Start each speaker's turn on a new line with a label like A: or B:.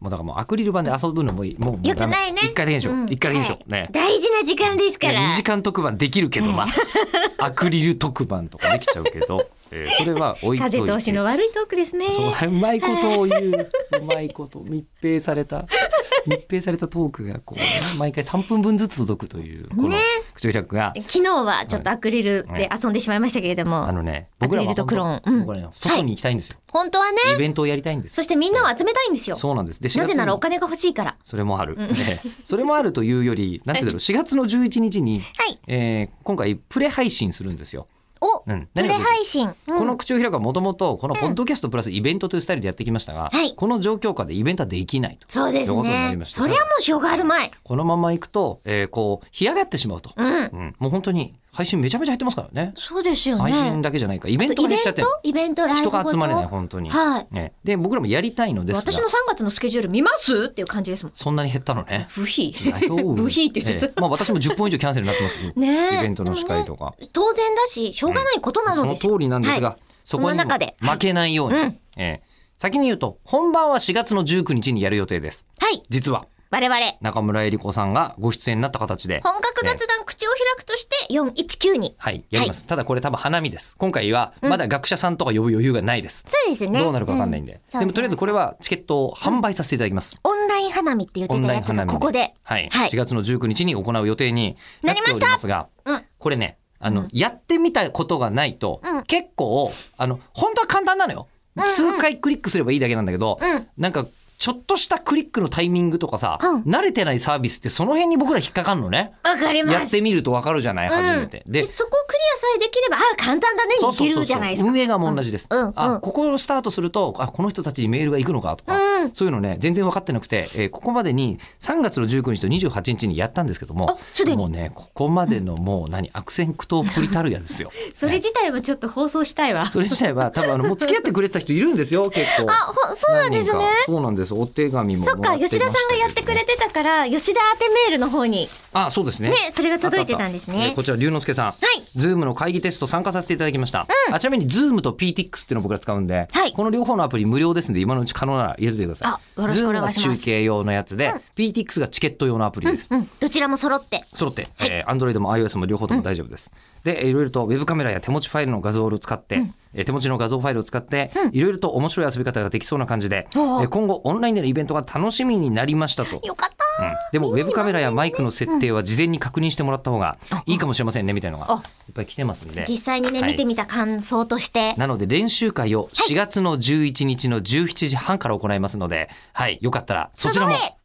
A: もうだからもうアクリル板で遊ぶのもいいもうもう
B: よくないね
A: 一回だけでしょ、
B: うん
A: 一回だけでしょ、ね
B: 大事な時間ですか
A: いや
B: ら
A: 2時間特番できるけどな アクリル特番とかできちゃうけど、えーそれは置いといて
B: 風通しの悪いトークですね
A: そううまいことを言ううまいこと密閉され た密閉されたトークがこうね、毎回3分分ずつ届くというこの
B: ね
A: 口開くが、
B: 昨日はちょっとアクリルで遊んでしまいましたけれども、
A: あのね僕ら
B: アクリ
A: は
B: ルとクローン
A: 本当
B: うん
A: 僕らね外に行きたいんですよ、
B: 本当はね
A: イベントをやりたいんです
B: そしてみんなを集めたいんですよ
A: そうなんですで4
B: なぜなら
A: の
B: お金が欲しいから
A: それもある、ねそれもあるというよりなんていうんだろう4月の11日に、
B: はい
A: えー今回プレ配信するんですよ、
B: お、
A: うん
B: プレ配信、うん
A: この口を開くはもともとこのポッドキャストプラスイベントというスタイルでやってきましたが、
B: はい
A: この状況下でイベントはできないと
B: そうです
A: ということになり
B: ね
A: ました
B: そりゃもうしょうがあるまい
A: このままいくと、えーこう干上がってしまうと、
B: うん
A: うんもう本当に配信めちゃめちゃ入ってますからね
B: そうですよ
A: 配信
B: ね
A: だけじゃないかイベントが
B: イベ
A: 減
B: ン
A: っちゃってる
B: トイベントライブ
A: 人
B: ごと
A: が集まれない本当に、
B: はい
A: ね、で僕らもやりたいのですが
B: 私の3月のスケジュール見ますっていう感じですもん
A: そんなに減ったの ね
B: 部費
A: ブ
B: 部費って言っちゃった、
A: まあ私も10本以上キャンセルになってますけど、
B: ねえ
A: イベントの司会とか、
B: 当然だししょうがないことな
A: そ
B: の
A: の
B: です
A: 通
B: よ、
A: りなんですが、
B: はい
A: そこに
B: その中で
A: 負けないように、
B: うん
A: ええ先に言うと本番は4月の19日にやる予定です
B: はい
A: 実は
B: 我々
A: 中村江里子さんがご出演になった形で
B: 本格雑談口を開くとして419に
A: はい、やります。ただこれ多分花見です。今回はまだ学者さんとか呼ぶ余裕がないです。
B: そうですね
A: どうなるかわかんないんで。
B: う
A: でもとりあえずこれはチケットを販売させていただきます。
B: オンライン花見って言って
A: オン
B: た
A: ライ
B: や
A: ン
B: つ
A: 花
B: が
A: 見
B: ここで
A: はい。
B: はい
A: 4月の19日に行う予定にな
B: な
A: って
B: り
A: おり
B: ました
A: ますが、
B: うん
A: これね、あの、
B: うん
A: やってみたことがないと、
B: うん
A: 結構、あの、本当は簡単なのよ。
B: んうん
A: 数回クリックすればいいだけなんだけど、
B: うん
A: なんか、ちょっとしたクリックのタイミングとかさ、
B: うん
A: 慣れてないサービスってその辺に僕ら引っかかんのね。
B: わかり
A: や
B: ま
A: っ
B: す
A: てみるとわかるじゃない、初めて。
B: うんでそこをクリアさえできればあ簡単だね
A: そう
B: い
A: そう
B: け
A: そうそう
B: るじゃないですか
A: 運営側も同じです、
B: うんうん
A: あここをスタートするとあこの人たちにメールが行くのかとか、
B: うん
A: そういうのね全然分かってなくて、えーここまでに3月の19日と28日にやったんですけども
B: あすでに
A: もうねここまでのもう何悪戦苦闘プリタルヤですよ
B: それ
A: ね
B: 自体はちょっと放送したいわ
A: それ自体は多分あのもう付き合ってくれてた人いるん ですよ結構
B: あほそうなんです
A: 何人
B: ね
A: かそうなんですお手紙ももら
B: そ
A: っ
B: って
A: ま
B: か
A: したけ
B: 吉
A: ど
B: 田さんがやってくれてたから吉田宛てメールの方に
A: あそうですね
B: ねそれが届いてたんです
A: あったあったえ
B: ね
A: ーこちら龍之介さん、
B: い
A: ズームの会議テスト参加させていただきました、あちなみにズームと PTX っていうのを僕ら使うんで、
B: はい
A: この両方のアプリ無料ですんで今のうち可能なら入れておいてください
B: あよろしくお願いしま
A: Zoom
B: す
A: が中継用のやつで、PTX がチケット用のアプリです、
B: うんどちらも揃って
A: 揃って、えー、Android も iOS も両方とも大丈夫です。で、えーいろいろとウェブカメラや手持ちファイルの画像を使って、えー手持ちの画像ファイルを使って、いろいろと面白い遊び方ができそうな感じで、え
B: おー
A: ー今後オンラインでのイベントが楽しみになりましたと。
B: よかった、
A: でもウェブカメラやマイクの設定は事前に確認してもらった方がいいかもしれませんねみたいなのがいっ
B: あ
A: ぱい来てますんで。
B: 実際にね、
A: はい
B: 見てみた感想として
A: なので練習会を4月の11日の17時半から行いますので、はい、よかったらそちらも
B: その上